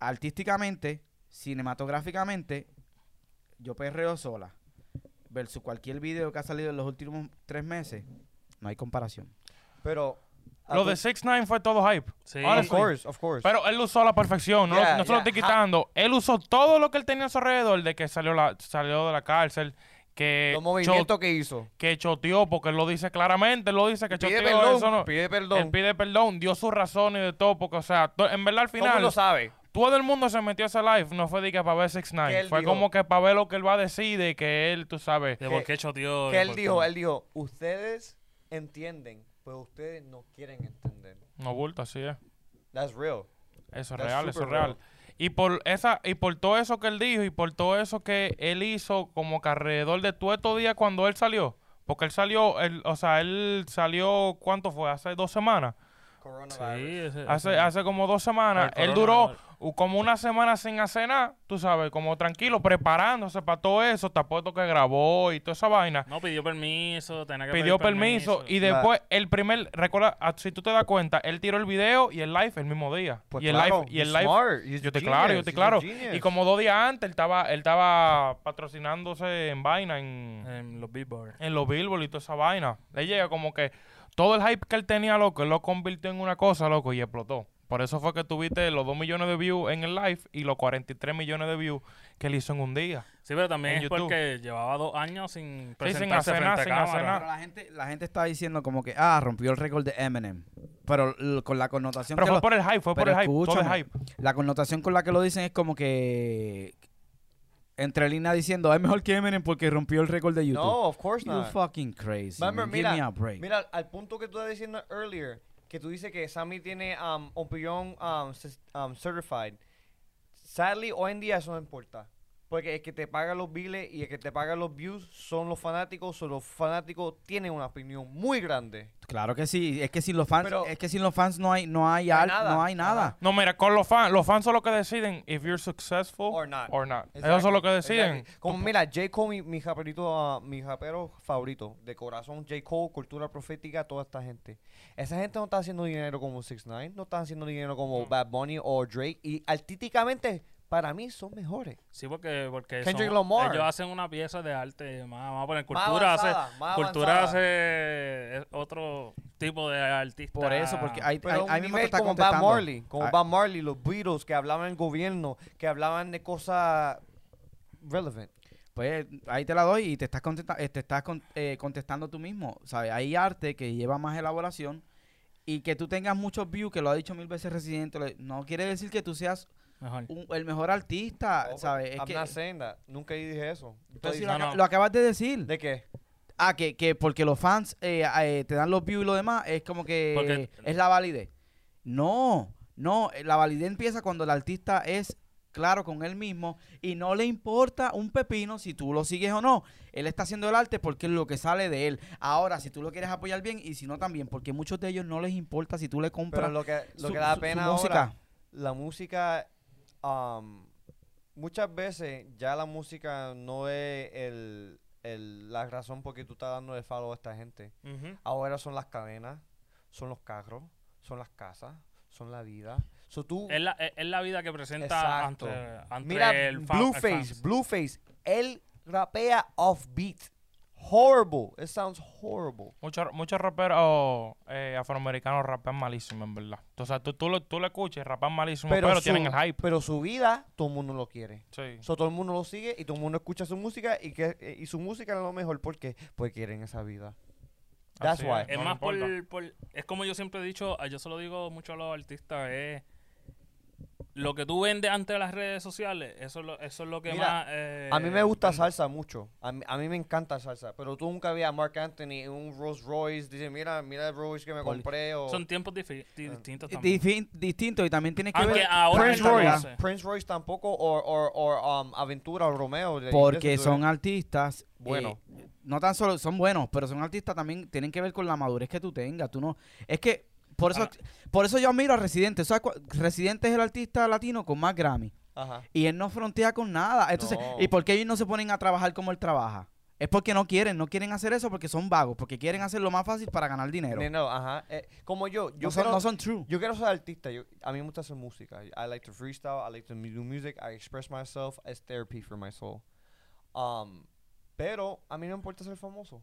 Artísticamente, cinematográficamente, yo perreo sola versus cualquier video que ha salido en los últimos tres meses, no hay comparación. Pero. Lo de 6 9 fue todo hype. Sí. Ahora Of sí. course, of course. Pero él lo usó a la perfección, no, lo- Pues, Yeah, no se lo yeah. Ah. estoy quitando. Él usó todo lo que él tenía a su alrededor de que salió, la, salió de la cárcel, que, Los cho- movimientos que hizo. que choteó, porque él lo dice claramente, él lo dice que Pide choteó. perdón, eso no- pide Él perdón. pide perdón, dio su razón y de todo, porque, o sea, to- en verdad al Todo el final, mundo sabe. todo el mundo se metió a ese live, no fue de que para ver 6 Que 9 él fue dijo- como que para ver lo que él va a decir, de que él, tú sabes, De por qué choteó. Que de él por qué dijo, no. él dijo, ustedes entienden, pero ustedes no quieren entender. no bulto, así es. That's real. Eso es That's real, eso es super real. real. Y por esa, y por todo eso que él dijo, y por todo eso que él hizo, como que alrededor de todo estos días cuando él salió. Porque él salió, él- o sea, él salió, ¿cuánto fue? Hace dos semanas. Coronavirus. Sí, ese- Hace, ese- hace como dos semanas. El Él duró coronavirus. u- como una semana sin hacer nada, tú sabes, como tranquilo, preparándose para todo eso. Te apuesto que grabó y toda esa vaina. No pidió permiso, tenía que Pidió pedir permiso. permiso y después el primer, recuerda, ah, si tú te das cuenta, él tiró el video y el live el mismo día. Pues y el claro, live, y el he's live smart, he's yo te a claro, yo genius, te he's a claro. genius. Y como dos días antes, él estaba, él estaba patrocinándose en vaina, en, En los billboards. en los billboards y toda esa vaina. Le llega como que todo el hype que él tenía, loco, él lo convirtió en una cosa, loco, y explotó. Por eso fue que tuviste los 2 millones de views en el live y los 43 millones de views que él hizo en un día. Sí, pero también En es YouTube. porque llevaba dos años sin Sí, sin presentarse hacer nada, frente a sin hacer cámara. Pero la gente, la gente está diciendo como que, ah, rompió el récord de Eminem. Pero l- con la connotación Pero que fue lo- por el hype, fue por pero el hype, todo el escúchame, hype. La connotación con la que lo dicen es como que entre líneas diciendo, es mejor que Eminem porque rompió el récord de YouTube. No, of course You not. fucking crazy. Remember, man. Give me mira, a break. mira, al punto que tú estabas diciendo earlier, que tú dices que Sammy tiene um, opinión um, cer- um, certified. Sadly, hoy en día eso no importa. Porque el que te paga los biles y el que te paga los views son los fanáticos. Son los fanáticos tienen una opinión muy grande. Claro que sí, es que sin los fans, Pero- es que sin los fans no hay no hay, No hay al- nada, no hay nada. nada. No, mira, con los fans, los fans son los que deciden if you're successful Or not. Esos son los que Exactly, deciden. exactly. Como mira, J. Cole, mi, mi raperito, ah, mi rapero favorito, de corazón, J. Cole, cultura profética, toda esta gente. Esa gente no está haciendo dinero como 6 9 no está haciendo dinero como Bad Bunny o Drake, y artísticamente, para mí, son mejores. Sí, porque, porque Kendrick son- Lamar. ellos hacen una pieza de arte más, vamos a poner Más cultura, avanzada, hace, más cultura avanzada. hace eh, otro tipo de artista. Por eso, porque hay, hay, Pero un ahí mismo te nivel está como Bad contestando. Marley, como Ah, Bad Marley, los Beatles, que hablaban del gobierno, que hablaban de cosas relevant. Pues ahí te la doy y te estás, contesta- eh, te estás con- eh, contestando tú mismo. ¿sabes? Hay arte que lleva más elaboración y que tú tengas muchos views, que lo ha dicho mil veces Residente, le- no quiere decir que tú seas Mejor. un- el mejor artista, Oh, ¿sabes? Ah, Es I'm que- not saying that. Nunca dije eso. Pero si Estoy- lo, No, aca- no. lo acabas de decir. ¿De qué? ah, que, que porque los fans eh, eh, te dan los views y lo demás, es como que Porque- es la validez. No, no, eh, la validez empieza cuando el artista es claro con él mismo y no le importa un pepino si tú lo sigues o no. Él está haciendo el arte porque es lo que sale de él. Ahora, si tú lo quieres apoyar bien y si no también, porque muchos de ellos no les importa si tú le Pero compras lo que, lo su- que da su- su pena música. ahora, la música, um, muchas veces ya la música no es el, el- la razón por qué tú estás dando el follow a esta gente. Ujú. Ahora son las cadenas, son los carros, son las casas, son la vida. So tú, Es, la, es, es la vida que presenta Exacto. ante, ante mira, el fan. el Blueface, fans. Blueface, él rapea off beat. Horrible. It sounds horrible. Muchos muchos raperos eh, afroamericanos rapean malísimo, en verdad. O sea, tú, tú, lo, tú lo escuchas y rapan malísimo, pero, su- tienen el hype. Pero su vida, todo el mundo lo quiere. Sí. So, todo el mundo lo sigue y todo el mundo escucha su música y que eh, y su música es lo mejor porque pues quieren esa vida. That's Así why. Es No le más por, importa. por- Es como yo siempre he dicho, ah, yo se lo digo mucho a los artistas, es... Lo que tú vendes ante las redes sociales, eso es lo, eso es lo que Mira, más... eh, a mí me gusta vende. salsa mucho. A mí, a mí me encanta salsa, pero tú nunca veías a Mark Anthony en un Rolls Royce dice, "Mira, mira el Rolls que me Poli- compré" o Son tiempos difi- di- distintos también. Ah, Difi- distinto y también tienes que Aunque ver ahora Prince gente lo Royce, hace. Prince Royce tampoco o or, or, um, Aventura o Romeo. de- de porque esos son dudes. artistas Buenos. eh, no tan solo son buenos pero son artistas también tienen que ver con la madurez que tú tengas tú no es que por eso Ahora- Ah. por eso yo admiro a Residente ¿Sabes cuál? Residente es el artista latino con más Grammy Ajá. y él no frontea con nada entonces No. y por qué ellos no se ponen a trabajar como él trabaja es porque no quieren no quieren hacer eso porque son vagos porque quieren hacer lo más fácil para ganar dinero No, no, ajá. Eh, como yo, yo no, son, quiero- no son true Yo quiero ser artista. Yo, a mí me gusta hacer música. I like to freestyle. I like to do music. I express myself as therapy for my soul. Um, pero a mí no me importa ser famoso.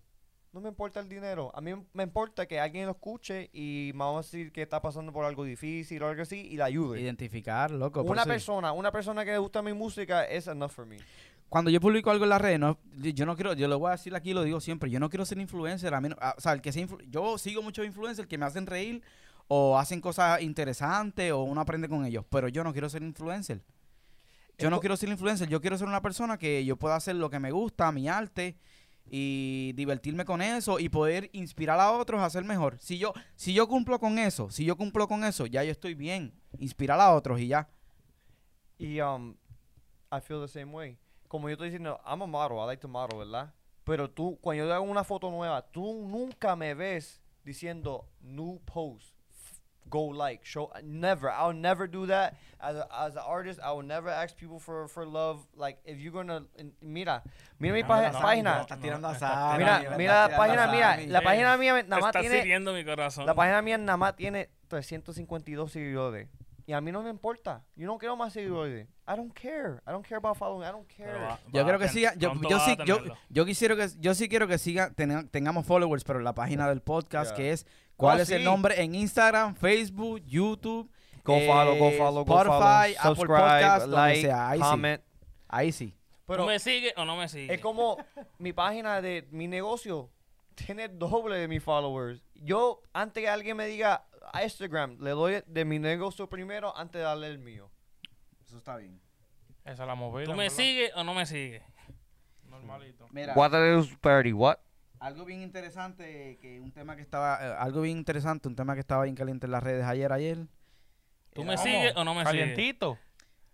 No me importa el dinero. A mí me importa que alguien lo escuche y vamos a decir que está pasando por algo difícil o algo así y la ayude. identificar loco por Una eso- persona, una persona que le gusta mi música es enough for me. cuando yo publico algo en las redes, no, yo no quiero, yo lo voy a decir aquí, lo digo siempre, yo no quiero ser influencer, a mí no- a- o sea, el que sea influ- yo sigo muchos influencers que me hacen reír o hacen cosas interesantes o uno aprende con ellos, pero yo no quiero ser influencer. Yo no quiero ser influencer, yo quiero ser una persona que yo pueda hacer lo que me gusta, mi arte y divertirme con eso y poder inspirar a otros a ser mejor. Si yo si yo cumplo con eso, si yo cumplo con eso, ya yo estoy bien, inspirar a otros y ya. Y um, I feel the same way. Como yo estoy diciendo, I'm a model, I like to model, ¿verdad? Pero tú, cuando yo te hago una foto nueva, tú nunca me ves diciendo new post, f- go like, show. Never. I'll never do that. As, a, as an artist, I will never ask people for, for love. Like, if you're gonna. Mira, mira mi No, pá- no, página. no, Está tirando a está Sami, Mira, está mira la tirando a página mía. Sami. La Ey, página mía nada más *laughs* Estás tiene. hiriendo mi corazón. La página mía nada más tiene 352 seguidores. Y a mí no me importa. Yo no quiero más seguidores. I don't care. I don't care about following. I don't care. Pero va- Yo va creo a que ten- siga, yo, pronto yo va a sí, yo, tenerlo. yo quisiera que, yo sí quiero que siga, tenga- tengamos followers, pero en la página del podcast Yeah. que es, ¿cuál Oh, es el sí. nombre? En Instagram, Facebook, YouTube, Go eh, follow, go follow, go follow. Spotify, Apple Subscribe, Podcast, donde like, sea, ahí sí. comment. ahí sí. Pero ¿Tú me sigues o no me sigues? es como mi página de mi negocio tiene el doble de mis followers. Yo, antes que alguien me diga a Instagram, le doy de mi negocio primero antes de darle el mío. Eso está bien. Esa es la movida. ¿Tú me ¿verdad? sigues o no me sigues? Normalito. Mira, is party? What? algo bien interesante, que un tema que estaba, eh, algo bien interesante, un tema que estaba bien caliente en las redes ayer, ayer. ¿Tú Era me sigues o no me sigues? Calientito.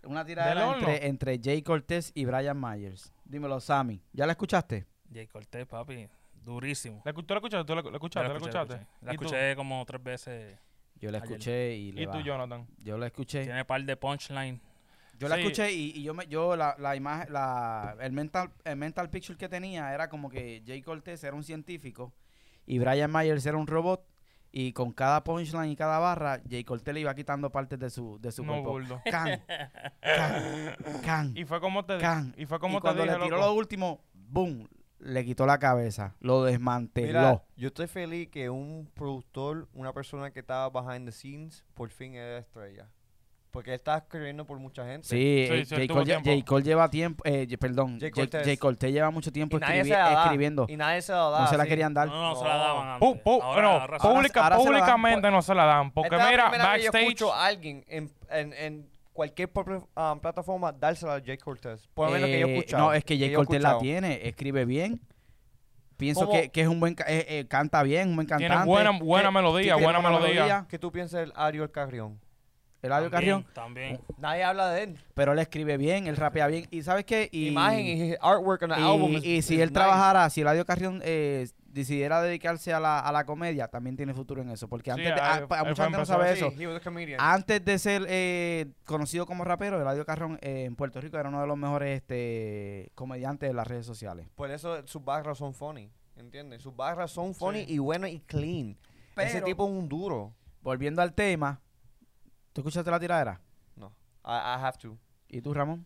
Una tirada Del horno. entre, entre Jay Cortés y Brian Myers. Dímelo, Sammy, ¿ya la escuchaste? Jay Cortés, papi. Durísimo. ¿La, ¿Tú la escuchaste? ¿Tú la, la escuchaste? Yo ¿La escuchaste? escuché, La ¿Y tú? escuché como tres veces. Yo la Ayer. escuché y le ¿Y tú, bajo. Jonathan? Yo la escuché. Tiene par de punchline. Yo la Sí. escuché y, y yo me, yo la, la imagen, la, el mental, el mental picture que tenía era como que Jay Cortez era un científico y Brian Myers era un robot y con cada punchline y cada barra, Jay Cortez le iba quitando partes de su, de su No, cuerpo. burdo. Can, can, can. Y fue como te, Can. y fue Y como te cuando dije, le tiró loco. lo último, boom, le quitó la cabeza, lo desmanteló. Mira, yo estoy feliz que un productor, una persona que estaba behind the scenes, por fin es estrella. Porque él está escribiendo por mucha gente. Sí, Sí, eh, sí, J. él tuvo Cole, lle- tiempo. J. Cole lleva tiempo, eh, ye- perdón, J. J. Cortez. J. Cortez lleva mucho tiempo Y nadie escribi- se la da. pues, escribiendo. Y nadie se la da. No se la sí. querían dar. No, no, se la daban antes. Pu- pu- Ahora, bueno, ahora sí. pública- ahora se la dan. públicamente no se la dan. Porque Esta es la mira, primera vez que yo backstage. escucho a alguien en, en, en cualquier pro- um, plataforma dársela a Jay Cortez. Por lo menos que yo he Eh, escuchado. No, es que Jay yo he Cortez la escuchado. tiene, escribe bien. Pienso ¿Cómo? que, que es un buen, ca- eh, eh, canta bien, un buen cantante. Tiene buena, buena Eh, melodía, tiene buena melodía. ¿Qué tú piensas del Ariel Carrión? Eladio Carrión, También. Nadie habla de él. pero él escribe bien, él rapea bien. ¿Y sabes qué? Y, Imagen y his artwork on the y- album. is- y si is él nice. trabajara, si Eladio Carrión eh, decidiera dedicarse a la, a la comedia, también tiene futuro en eso. Porque Sí, antes, de- ahí- ah, pa- ahí mucha fue gente no empezando. sabe Sí, eso. he was a comedian. Antes de ser eh, conocido como rapero, Eladio Carrión eh, en Puerto Rico era uno de los mejores este, comediantes de las redes sociales. Por eso sus barras son funny. ¿Entiendes? Sus barras son funny y buenas y clean. Ese Pero- tipo es un duro. Volviendo al tema, ¿tú escuchaste la tiradera? No. I, I have to. ¿Y tú, Ramón?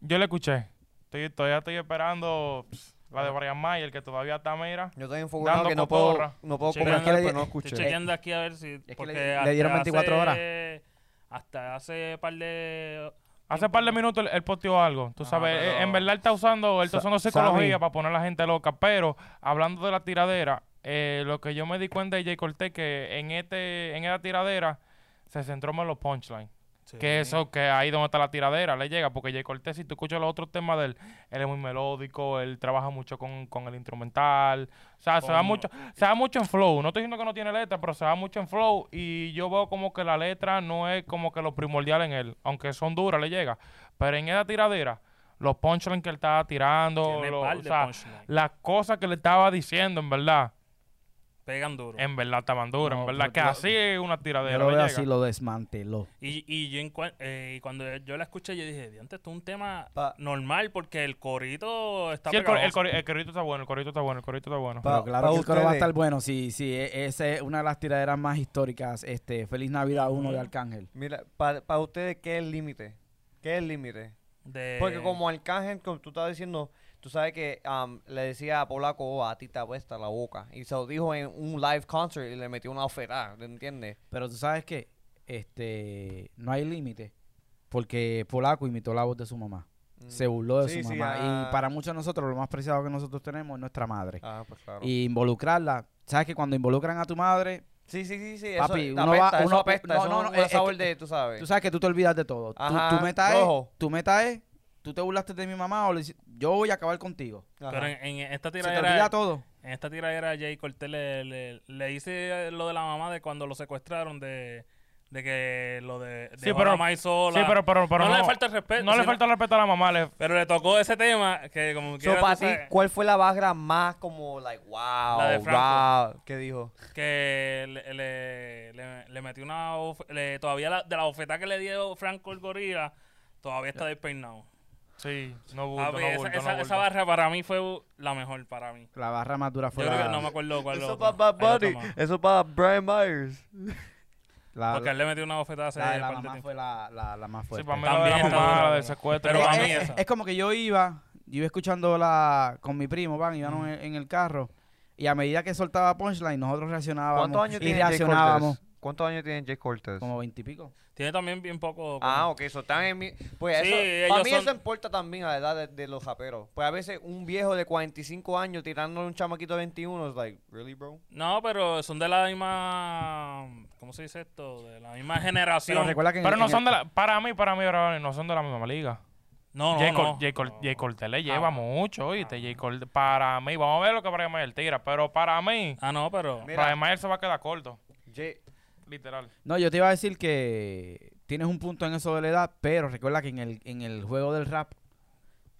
Yo la escuché. Estoy, todavía estoy esperando pss, la de Brian Mayer, que todavía está, mira. Yo estoy enfocado Dando que no puedo, cotorra. no puedo Sí. comentar, Es que le- pero no Estoy escuché. chequeando aquí a ver si. le- porque le hasta dieron 24 horas. hace- Hasta hace par de. Hace par de minutos él, él posteó algo. Tú Ajá, sabes, pero- eh, en verdad él está usando, él está usando psicología Sammy. para poner a la gente loca. Pero hablando de la tiradera, eh, lo que yo me di cuenta de Jay Cortés que en este, en esta tiradera se centró más en los punchlines. Sí. Que eso, que ahí donde está la tiradera, le llega. Porque Jay Cortés, si tú escuchas los otros temas de él, él es muy melódico, él trabaja mucho con, con el instrumental. O sea, se da Con- mucho se da mucho en flow. No estoy diciendo que no tiene letra, pero se da mucho en flow. Y yo veo como que la letra no es como que lo primordial en él. Aunque son duras, le llega. Pero en esa tiradera, los punchlines que él estaba tirando, Tiene lo- par o de sea, punchline. las cosas que le estaba diciendo, en verdad, Pegan duro. en verdad estaban duras. No, en verdad, yo- que yo- así es una tiradera. Yo lo le veo llega. así, lo desmanteló. Y, y yo encuen- eh, y cuando yo la escuché, yo dije, antes esto es un tema Pa- normal porque el corito está Sí, el, cor- el pegajoso". cor- el corito está bueno, el corito está bueno, el corito está bueno. Pa- Pero claro pa' que el coro va a ustedes. estar bueno. Sí, sí, e- esa es una de las tiraderas más históricas. Este, Feliz Navidad 1 de Arcángel. Mira, para ustedes, ¿qué es el límite? ¿Qué es el límite? De- Porque como Arcángel, como tú estabas diciendo, tú sabes que um, le decía a Polaco, "Oh, a ti te apesta la boca. Y se lo dijo en un live concert y le metió una oferta, ¿te entiendes? Pero tú sabes que este, no hay límite. Porque Polaco imitó la voz de su mamá. se burló de Mm. Sí, su sí, mamá. ah. Y para muchos de nosotros, lo más preciado que nosotros tenemos es nuestra madre. Ah, pues claro. Y involucrarla, ¿sabes que cuando involucran a tu madre, sí, sí, sí, sí. Papi, eso, uno va- apesta, uno- eso apesta. no, eso no, es no, un es- es sabor que- de, tú sabes. tú sabes que tú te olvidas de todo. Tu- Ajá, tu, meta es, rojo. tu meta es, tú te burlaste de mi mamá o le dices, yo voy a acabar contigo. Ajá. Pero en, en esta Se te olvida tiradera, todo. en esta tiradera Jay Cortez le, le, le dice eh, lo de la mamá de cuando lo secuestraron, de, de que lo de, de Sí, pero- sola. Sí, pero, pero, pero no, le falta el respeto. No le sino- falta el respeto a la mamá. le- Pero le tocó ese tema que como So, quiera, tú para ti, sabes, ¿cuál fue la bagra más como, like, wow, de Franco. wow? ¿Qué dijo? que le, le, le- le metió una... of- le- todavía la- de la bofetada que le dio Franco el gorila, todavía está despeinado. Sí, no bulto, Papi, no esa, bulto, no esa- bulto. esa barra para mí fue la mejor para mí. La barra más dura Yo fue creo la, que no me acuerdo cuál Eso otra. para Bad Hay otra Bunny, más. eso para Brian Myers. la- Porque él le metió una bofetada hace la de la par de mamá tiempo. fue la, la- la más Sí, fuerte. para mí la de También la está mamá, dura, la del pero- secuestro. pues, pero es, para mí es- esa. es como que yo iba, yo iba escuchando la, con mi primo, van, íbamos en, en el carro. Y a medida que soltaba punchline, nosotros reaccionábamos. ¿Cuántos años y tiene Jay reaccionábamos Cortez? ¿Cuántos años tiene Jay Cortez? como veintipico. Tiene también bien poco... Ah, ok, eso están en mi... Pues Sí, eso, ellos para mí son- eso importa también a la edad de, de los raperos. Pues a veces un viejo de 45 años tirándole un chamaquito de 21 es like, really, bro? No, pero son de la misma... ¿Cómo se dice esto? De la misma generación. Pero recuerda que en- Pero no en son el- de la... Para mí, para mí, Bravani, no son de la misma liga. No, no, J. Col- no. J. Col- J. Cortez le lleva Ah. mucho, ¿oíste? J. Cortez- para mí, vamos a ver lo que Brian Mayer tira, pero para mí, Ah, no, pero... Mira. Brian Mayer se va a quedar corto, Jay... literal. No, yo te iba a decir que tienes un punto en eso de la edad, pero recuerda que en el, en el juego del rap,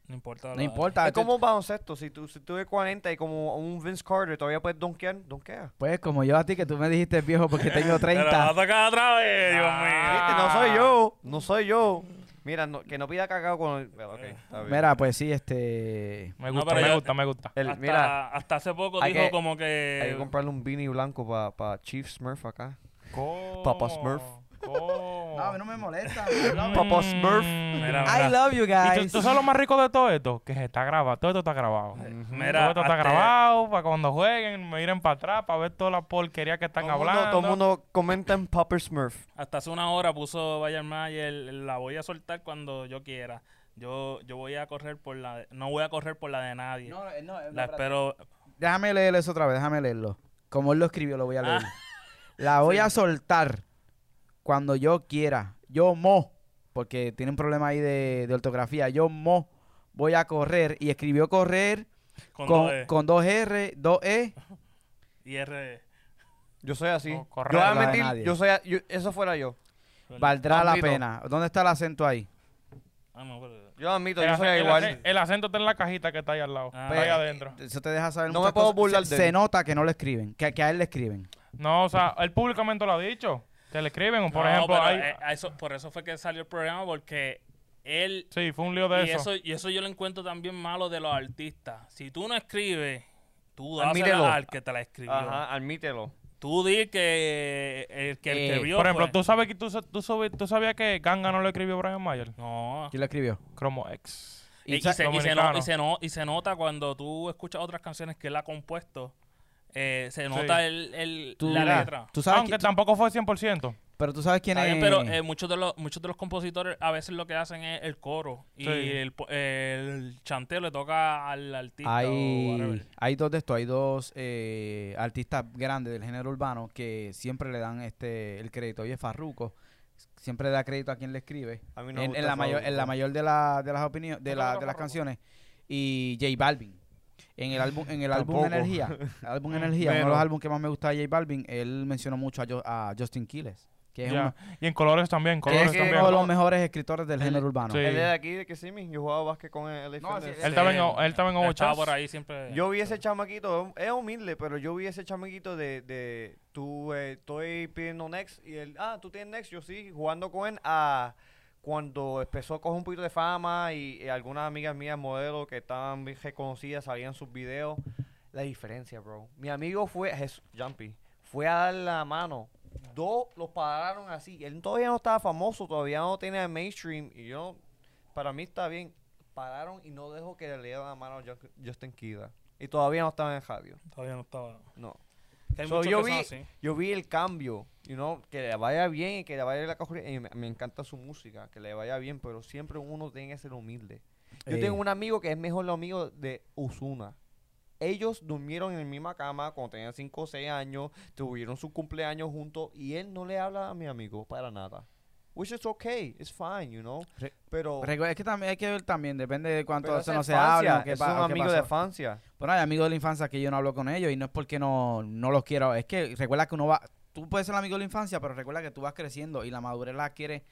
No importa. no la- importa. es tú- como un baloncesto. Si tú, si tú eres 40 y como un Vince Carter todavía puedes donkear, donkea. Pues como yo a ti que tú me dijiste viejo *laughs* porque tengo Pero va a 30. tocar otra vez, Dios Ah. mío. Viste, No soy yo, no soy yo. Mira, no- que no pida cacao con el... Bueno, ok, está bien. Mira, pues sí, este... Me No, gusta, pero Eh, me yo- gusta, me gusta. El- hasta, mira, hasta hace poco hay dijo que- como hay que que... comprarle un beanie blanco para pa Chief Smurf acá. ¿Cómo? Papa Smurf. *laughs* ¿Cómo? No, a mí no me *laughs* molesta. Papa Smurf. Mira, I love you ¿Y guys. tú, tú sabes lo más rico de todo esto? Que se está grabado, todo esto está grabado. Mira, todo esto está hasta- grabado para cuando jueguen, me miren para atrás, para ver toda la porquería que están Todo el mundo- hablando. Todo el mundo comenta en Papa Smurf. Hasta hace una hora puso Bayern Mayer, la voy a soltar cuando yo quiera. Yo, yo voy a correr por la... de- no voy a correr por la de nadie. No, no, no, la espérate. espero... Déjame leer eso otra vez, déjame leerlo. Como él lo escribió, lo voy a Ah. leer. *laughs* La voy a soltar cuando yo quiera. Yo mo, porque tiene un problema ahí de, de ortografía. Yo mo voy a correr y escribió correr Con, con, dos E con dos R, dos E. y R. E. Yo soy así. No, yo correcto. voy a No de mentir, nadie. yo soy a- yo- eso fuera yo. Valdrá Admito. la pena. ¿Dónde está el acento ahí? Ah, no, pero... Yo lo admito, El yo ac- soy el igual. ac- El acento está en la cajita que está ahí al lado. Ah. está ahí Pero- adentro. Eso te deja saber No muchas me puedo cosas. burlar se, de él. se nota que no le escriben, que, que a él le escriben. No, o sea, él públicamente lo ha dicho. Que le escriben, por No, ejemplo, pero, hay- eh, a eso- por eso fue que salió el programa, porque él... Sí, fue un lío de Y eso. eso, y eso yo lo encuentro también malo de los artistas. Si tú no escribes, tú Ah, Admítelo. dásela al que te la escribió. Ajá, admítelo. Tú di que el que, el que Eh, vio Por ejemplo, fue- tú sabes que tú, sa- tú, sabe- tú sabías que Ganga no le escribió a Brian Mayer. No. Eh, ¿Quién lo escribió? Cromo X. Y, y sa- se, y, se dominicano. no- y se no- y se nota cuando tú escuchas otras canciones que él ha compuesto, eh, se nota el, el- tú, la mira, letra. tú sabes Aunque qui- tampoco fue 100%. pero tú sabes quién Está es. bien, pero eh, muchos de los muchos de los compositores a veces lo que hacen es el coro y Sí. el, po- el chanteo le toca al artista. o hay, whatever. hay dos de estos, hay dos eh, artistas grandes del género urbano que siempre le dan este el crédito. Oye, Farruko siempre le da crédito a quien le escribe. A mí no me en, en gusta la mayor, Farruko. en la mayor de, la- de las opiniones, de, ¿No te la- gusta de las Farruko? canciones. Y J Balvin. En el álbum, en el álbum Tampoco. *laughs* Energía, el álbum Energía, uno de Pero- los álbumes que más me gusta de J Balvin, él mencionó mucho a, Jo- a Justin Quiles, que es, Ya. uno, Y en colores también, que es colores que- también. uno de los mejores escritores del Él- género urbano. Sí. Él es de aquí, de Kissimmee. Yo jugaba básquet con él. No, Defenders. sí, Él estaba en, Sí, O- él estaba en Estaba Obochas. por ahí siempre. Yo vi ese chamaquito, es humilde, pero yo vi ese chamaquito de, de tú, eh, estoy pidiendo Next y él, ah, tú tienes Next, yo sí, jugando con él a cuando empezó a coger un poquito de fama y, eh, algunas amigas mías modelos que estaban bien reconocidas salían sus videos. La diferencia, bro. Mi amigo fue, Jes- Jumpy, fue a darle la mano. Dos los pararon así. Él todavía no estaba famoso, todavía no tenía mainstream y yo, para mí está bien. Pararon y no dejó que le dieran la mano a Jun- Justin Kida. Y todavía no estaba en el radio. Todavía no estaba. No. Que hay So, muchos yo, que vi, son así. yo vi el cambio, you know, que le vaya bien y que le vaya la cojones. Y me, me encanta su música, que le vaya bien, pero siempre uno tiene que ser humilde. Yo Eh. tengo un amigo que es mejor amigo de Osuna. Ellos durmieron en la misma cama cuando tenían 5 o 6 años, tuvieron su cumpleaños juntos y él no le habla a mi amigo para nada. Which is okay, it's fine, you know. Re- Pero, Recuerda, es que también hay que ver también, depende de cuánto pero eso es no se infancia, habla. o qué esos pa- son o qué amigos de pasó. infancia. Bueno, hay amigos de la infancia que yo no hablo con ellos y no es porque no, no los quiero. Es que recuerda que uno va. Tú puedes ser amigo de la infancia, pero recuerda que tú vas creciendo y la madurez la adquieres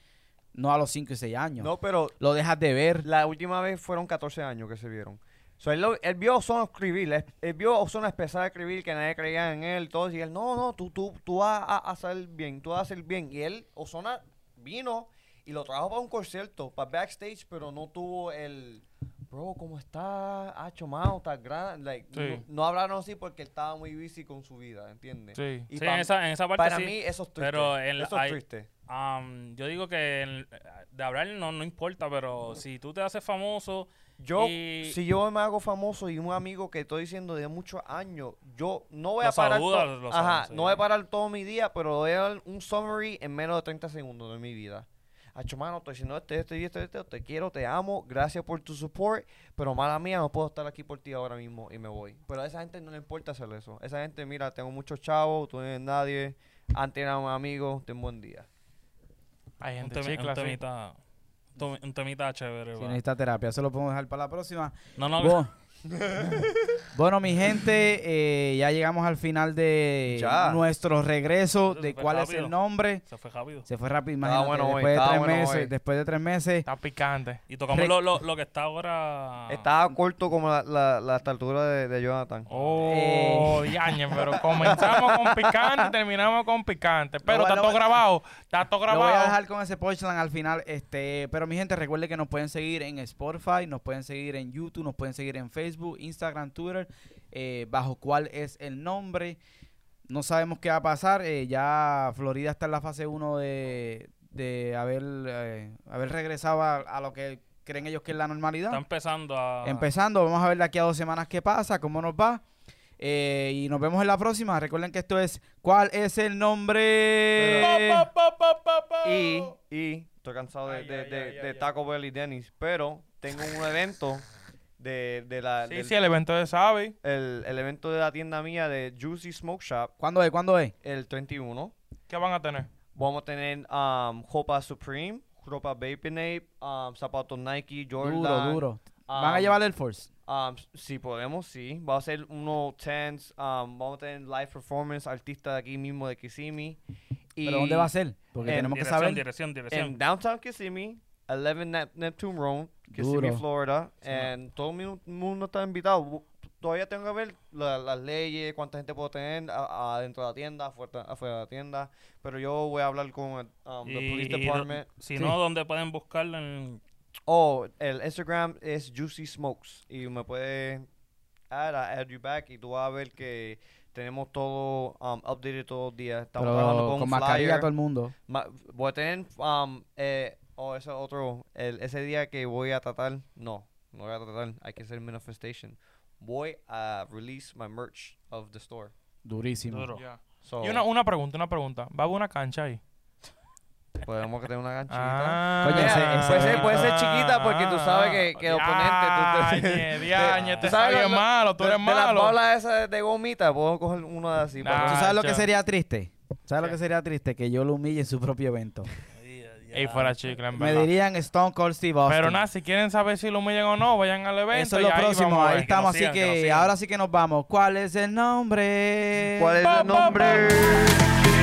no a los 5 y 6 años. No, pero Lo dejas de ver. la última vez fueron 14 años que se vieron. So, él, lo- él vio a Osuna escribir, él, él vio a Osuna empezar a escribir que nadie creía en él, todo, y él, no, no, tú, tú, tú vas a a hacer bien, tú vas a hacer bien. Y él, Osuna, vino y lo trajo para un concierto, para backstage, pero no tuvo el, bro, ¿cómo Ah, estás? Ha chomado, estás grande. Like, Sí. no, no hablaron así porque él estaba muy busy con su vida, ¿entiendes? Sí. Y sí, pa- en esa, en esa parte para sí. mí eso es triste. pero en la- eso es hay- triste. Am, yo digo que el- de hablar no, no importa, pero si tú te haces famoso, Yo, Y- si yo me hago famoso y un amigo que estoy diciendo de muchos años, yo no voy a Los parar. saluda, to- los Ajá, saluda, sí. no voy a parar todo mi día, pero voy a dar un summary en menos de 30 segundos de mi vida. Hacho, mano, estoy diciendo este, este y este, este, te quiero, te amo, gracias por tu support, pero mala mía, no puedo estar aquí por ti ahora mismo y me voy. Pero a esa gente no le importa hacer eso. Esa gente, mira, tengo muchos chavos, tú no eres nadie, antes era un amigo, ten buen día. Hay un, gente temi- un chicla así. temita, tom- un temita chévere. Si va. necesita terapia, eso lo podemos dejar para la próxima. No, no, Bu- *laughs* bueno, mi gente, eh, ya llegamos al final de Ya. nuestro regreso, Eso de se fue cuál es rápido. el nombre. se fue rápido. Se fue rápido, Estaba imagínate, bueno después, hoy, de estaba tres bueno hoy. meses, después de tres meses. Está picante. Y tocamos Re- lo, lo, lo que está ahora. Estaba corto como la, la, la estatura de, de Jonathan. Oh, diañe, pero comenzamos con picante y terminamos con picante. Pero voy a- está lo todo voy- grabado. Está todo Lo voy a grabado. dejar con ese punchline al final. Este, pero mi gente, recuerde que nos pueden seguir en Spotify, nos pueden seguir en YouTube, nos pueden seguir en Facebook, Instagram, Twitter, eh, bajo cuál es el nombre. No sabemos qué va a pasar. eh, ya Florida está en la fase 1 de, de haber, eh, haber regresado a, a lo que creen ellos que es la normalidad. Está empezando a. Empezando, vamos a ver de aquí a dos semanas qué pasa, cómo nos va. Eh, y nos vemos en la próxima. Recuerden que esto es ¿Cuál es el nombre? Pa, pa, pa, pa, pa. Y, Oh. y estoy cansado de, Ay, de- ay, de- ay, de ay, Taco Bell y Dennis, pero tengo un evento de, de la, Sí, del- sí, el evento de Xavi. el, el evento de la tienda mía de Juicy Smoke Shop ¿Cuándo es? ¿Cuándo es? el 31. ¿Qué van a tener? Vamos a tener um, ropa Supreme, ropa Vapornate, um, zapatos Nike, Jordan. Duro, duro. ¿Van a um, llevar el Force? Um, s- si podemos, sí. Va a ser uno tense, um, vamos a tener live performance, artista de aquí mismo de Kissimmee. Y ¿Pero dónde va a ser? Porque en tenemos que dirección, saber. dirección, dirección, En downtown Kissimmee, 11 Nep- Neptune Road, Kissimmee, Duro. Florida. Sí, and todo el minu- mundo está invitado. Bu- Todavía tengo que ver la- las leyes, cuánta gente puedo tener a- adentro de la tienda, afuera, afuera de la tienda. Pero yo voy a hablar con el um, the Y- police y do- department. si Sí. no, ¿dónde pueden buscarlo? En, Oh, el Instagram es Juicy Smokes. Y me puede add, I add you back. Y tú vas a ver que tenemos todo um, updated todos los días. Estamos trabajando Pero con, con, un mascarilla flyer. todo el mundo. Ma- voy a tener, um, eh, oh, ese otro, el, ese día que voy a tratar, no, no voy a tratar, hay que hacer manifestation. Voy a release my merch of the store. Durísimo. duro. Ya. So, Y una, una pregunta, una pregunta. ¿Va a haber una cancha ahí? podemos que tener una ganchita. Ah, Coño, ese- ese- puede ser- puede ser chiquita porque tú sabes que- que el oponente, tú *laughs* te- Diañe, te- diañe, tú tú sabes sabes lo- malo, tú de, eres de las malo. bolas esas de gomita, puedo coger una así. Nah. ¿Tú para- sabes lo que Chacho. sería triste? ¿Sabes lo ¿Qué? que sería triste? Que yo lo humille en su propio evento. Y fuera chicle, en Me verdad. dirían Stone Cold Steve Austin. Pero nada, si quieren saber si lo humillan o no, vayan al evento. Eso es y lo ahí próximo. vamos a Ahí ver. está. estamos. Que nos Así sigan, que que nos sigan. ahora sí que nos vamos. ¿Cuál es el nombre? ¿Cuál es el nombre?